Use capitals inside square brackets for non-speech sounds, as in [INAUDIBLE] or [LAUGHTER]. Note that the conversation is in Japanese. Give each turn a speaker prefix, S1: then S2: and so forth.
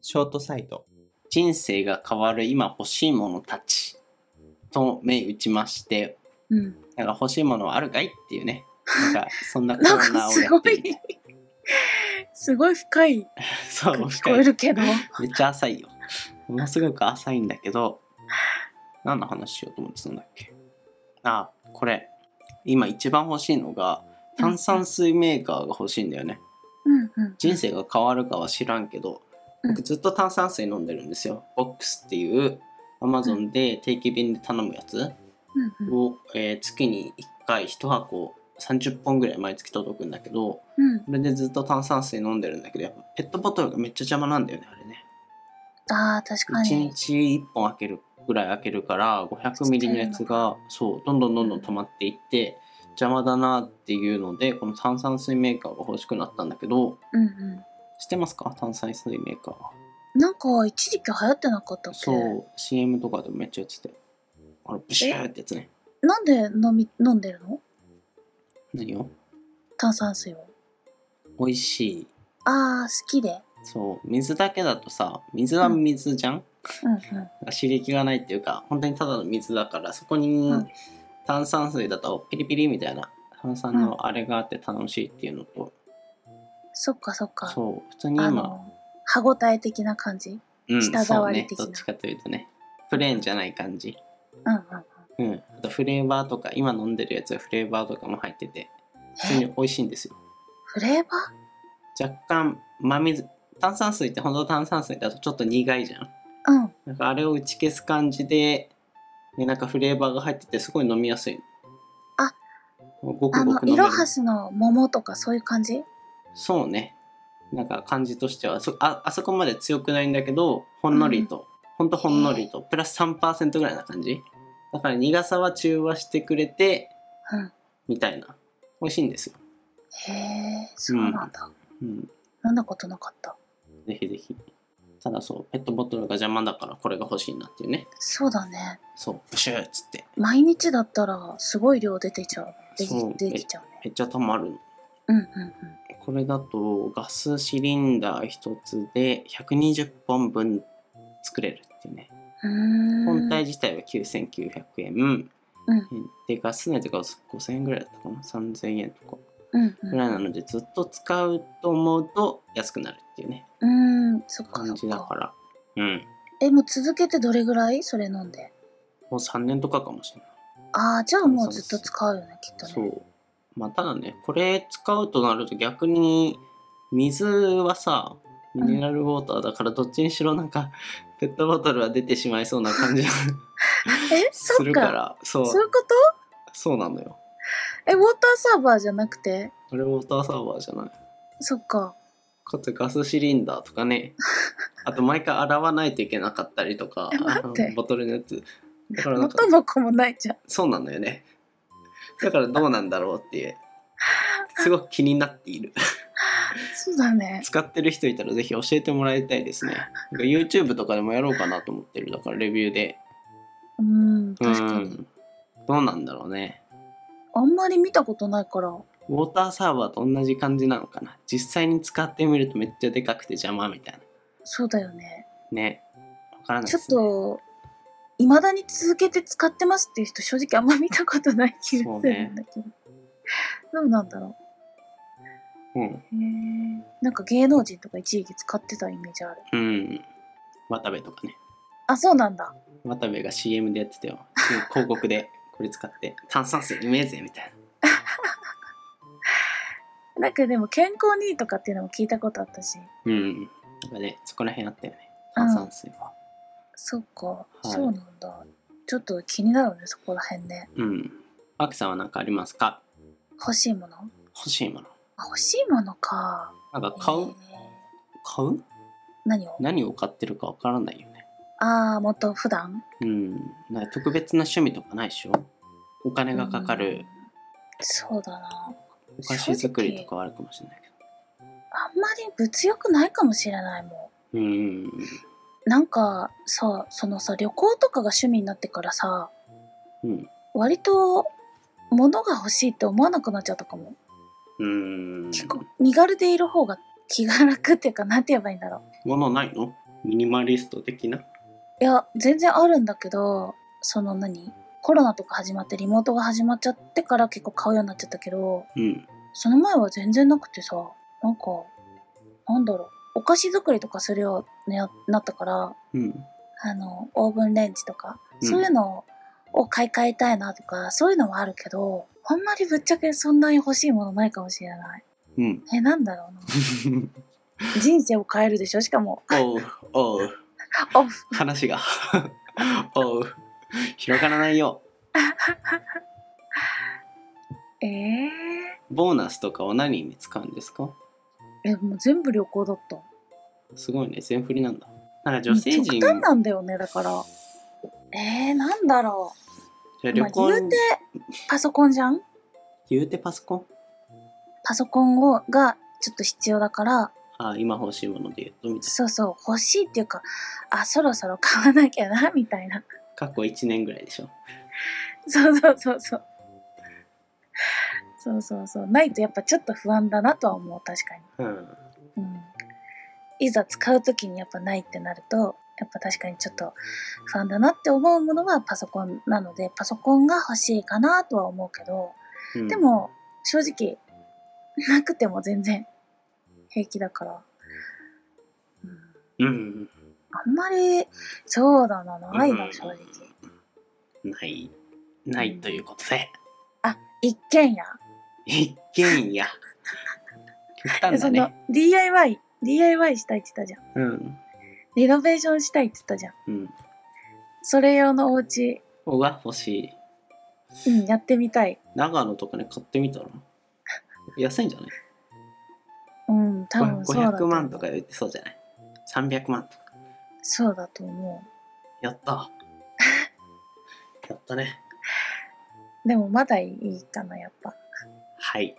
S1: ショートサイト。
S2: 人生が変わる今欲しいものたちと銘打ちまして、
S3: うん。
S2: なんか欲しいものはあるかいっていうね。なんかそんなコ
S3: なん
S2: ーナ
S3: か
S2: ーを
S3: す
S2: や
S3: ご
S2: ってみ
S3: い
S2: た。、
S3: [LAUGHS] すごい深い
S2: そう、
S3: 聞こえるけど。
S2: めっちゃ浅いよ。ものすごく浅いんだけど、何の話しようと思ってたんだっけあ、これ。今一番欲しいのが、炭酸水メーカーが欲しいんだよね。
S3: うんうん。
S2: 人生が変わるかは知らんけど、
S3: うん
S2: 僕ずっと炭酸水飲んでるんですよ。ボックスっていう、アマゾンで定期便で頼むやつ
S3: うんうん
S2: を、えー月に1回1箱30本ぐらい毎月届くんだけど、
S3: うん。
S2: それでずっと炭酸水飲んでるんだけど、やっぱペットボトルがめっちゃ邪魔なんだよね、あれね。
S3: ああ、確か
S2: 1
S3: に。
S2: 日1本開けるぐらい開けるから500ミリのやつがそうどんどんどんどん溜まっていって邪魔だなっていうのでこの炭酸水メーカーが欲しくなったんだけど
S3: うんう
S2: 知ってますか炭酸水メーカーは
S3: ん。なんか、一時期流行ってなかったっけ
S2: そう CM とかでもめっちゃ売ってたよあのブシューってやつね
S3: なんで飲み、飲んでるの
S2: 何を
S3: 炭酸水を。
S2: 美味しい
S3: ああ、好きで。
S2: そう水だけだとさ水は水じゃん、
S3: うんうん。
S2: 刺激がないっていうか本当にただの水だからそこに
S3: うん
S2: 炭酸水だとピリピリみたいな炭酸のあれがあって楽しいっていうのと、
S3: そっかそっか。
S2: そう普通に
S3: あ
S2: 今、
S3: の、歯ごたえ的な感じ。
S2: うん、
S3: 舌
S2: そう
S3: 触
S2: ね
S3: り的な
S2: どっちかというとねプレーンじゃない感じ、
S3: うんうん。
S2: うん、あとフレーバーとか今飲んでるやつはフレーバーとかも入ってて普通に美味しいんですよ
S3: フレーバ
S2: 若干真水炭酸水って本当炭酸水だとちょっと苦いじゃん
S3: ーうん。
S2: なんかあれを打ち消す感じででなんかフレーバーが入っててすごい飲みやすい
S3: あ
S2: ご
S3: あ
S2: くご
S3: の
S2: く、飲める
S3: イロハスの桃とかそういう感じ
S2: そうねなんか感じとしてはそああそこまで強くないんだけどほんのりと、ほんとほんのりとプラス3%ぐらいな感じだから苦さは中和してくれて
S3: うん。
S2: みたいな美味しいんですよ、
S3: へえ、そうなんだ。
S2: うん、
S3: 飲んだことなかった。
S2: ぜひぜひただそうペットボトルが邪魔だからこれが欲しいなっていうね
S3: そうだね。
S2: そうプシューっつって
S3: 毎日だったら、すごい量出てちゃう。出
S2: そう
S3: て出てちゃうね。
S2: めっちゃ溜まるの
S3: うんうんうん。
S2: これだとガスシリンダー1つで120本分作れるっていうね本
S3: 本
S2: 体自体は9900円、
S3: うん
S2: でガス熱が5000円ぐらいだったかな3000円とか
S3: うん
S2: ぐらいなのでずっと使うと思うと安くなるっていうね
S3: うん、うん、そっかそ
S2: 感
S3: っ
S2: じだ
S3: か
S2: からうん
S3: えもう続けてどれぐらいそれ飲んで
S2: もう3年とかかもしれない、
S3: ああじゃあもうずっと使うよねきっとね
S2: そうまあただねこれ使うとなると逆に水はさミネラルウォーターだからどっちにしろなんか
S3: [LAUGHS]
S2: ペットボトルは出てしまいそうな感じが
S3: え
S2: す
S3: そっ
S2: るか
S3: から
S2: そう
S3: そういうこと
S2: そうなのよ
S3: えウォーターサーバーじゃなくて
S2: あれウォーターサーバーじゃない
S3: そっか
S2: かつガスシリンダーとかねあと毎回洗わないといけなかったりとか
S3: え待って
S2: あのボトルのやつだからなんか
S3: 元の子もないじゃん
S2: そうなんだよねだからどうなんだろうって
S3: [LAUGHS]
S2: いうすごく気になっている
S3: そうだね
S2: 使ってる人いたらぜひ教えてもらいたいですねなんか YouTube とかでもやろうかなと思ってるだからレビューで
S3: うん
S2: うん
S3: 確かに
S2: どうなんだろうね
S3: あんまり見たことないから
S2: ウォーターサーバーと同じ感じなのかな実際に使ってみるとめっちゃでかくて邪魔みたいな
S3: そうだよね
S2: ねわからない
S3: ち
S2: で
S3: ょっ
S2: すね
S3: といまだに続けて使ってますっていう人正直あんま見たことない気がするんだけど、どうなんだろう
S2: うん
S3: へーなんか芸能人とか一時期使ってたイメージある。
S2: うん。渡部とかね。
S3: あ、そうなんだ。
S2: 渡部が CM でやってたよ。広告でこれ使って。炭酸水うめえぜみたい
S3: なんかでも健康にいいとかっていうのも聞いたことあったし。
S2: な。うん。なんかね、そこら辺あったよね。
S3: うん
S2: 炭酸水は。
S3: そっか、
S2: い
S3: そうなんだ。ちょっと気になるね、そこら辺ね。
S2: うん。アキさんは何かありますか
S3: 欲しいもの
S2: 欲しいもの。
S3: あ欲しいものか。
S2: なんか買
S3: え
S2: う
S3: ー
S2: 買う
S3: 何を
S2: 何を買ってるかわからないよね。
S3: ああ、もっと普段
S2: うん。なんか特別な趣味とかないでしょお金がかか
S3: うん
S2: る
S3: そうだな。
S2: お菓子作りとかはあるかもしれないけど。
S3: あんまり物欲ないかもしれないも
S2: うん。
S3: ん。なんかさ、そのさ、旅行とかが趣味になってからさ、
S2: うん。
S3: 割と物が欲しいって思わなくなっちゃったかも。
S2: うん。
S3: 結構身軽でいる方が気が楽っていうか、なんて言えばいいんだろう。
S2: 物ないのミニマリスト的ない
S3: や、全然あるんだけど、その何コロナとか始まってリモートが始まっちゃってから結構買うようになっちゃったけど、
S2: うん
S3: その前は全然なくてさ、なんか、なんだろう、お菓子作りとかするようになったから、
S2: うん
S3: あの、オーブンレンジとか、
S2: うん
S3: そういうのを買い替えたいなとか、そういうのはあるけど、あんまりぶっちゃけそんなに欲しいものないかもしれない。
S2: うん [LAUGHS]
S3: え、なんだろうな。人生を変えるでしょしかも、
S2: おうおう
S3: オフ。
S2: 話が [LAUGHS] おう広がらないよ
S3: えー、
S2: ボーナスとかは何に使うんですか
S3: え、もう全部旅行だった。
S2: すごいね全振りなんだなんか女性陣
S3: 極端なんだよね、だから。えー、なんだろ
S2: じゃあ
S3: う。ま
S2: 旅
S3: あ、
S2: 行
S3: 言うて、パソコンじゃん
S2: 言うてパソコン
S3: パソコンをがちょっと必要だから、
S2: あ今欲しいもので言うとみたい
S3: そうそう、欲しいっていうか、あ、そろそろ買わなきゃな、みたいな。
S2: な過去1年ぐらいでしょ
S3: そうそうそうそう。そうそうそう。ないとやっぱちょっと不安だなとは思う、確か
S2: うん
S3: に。うん。いざ使うときにやっぱないってなると、やっぱ確かにちょっと不安だなって思うものはパソコンなので、パソコンが欲しいかなとは思うけど、
S2: うん
S3: でも正直、なくても全然平気だから。うん
S2: うん
S3: あんまり、そうだな、ないな、
S2: うん
S3: 正直。
S2: ないないということで
S3: あ、一軒家。
S2: 一軒家極端だ
S3: その
S2: ね、
S3: DIY、DIY したいって言ったじゃん。
S2: うん
S3: リノベーションしたいって言ったじゃん。
S2: うん
S3: それ用のお家、
S2: ここが欲しい
S3: うん、やってみたい。
S2: 長野とかね買ってみたら安いんじゃない
S3: うん、多分そうだと
S2: 500
S3: 思う。
S2: 万とか言ってそうじゃない300万とか
S3: そうだと思
S2: やったやったね
S3: う。でもまだいいかな、やっぱ。
S2: はい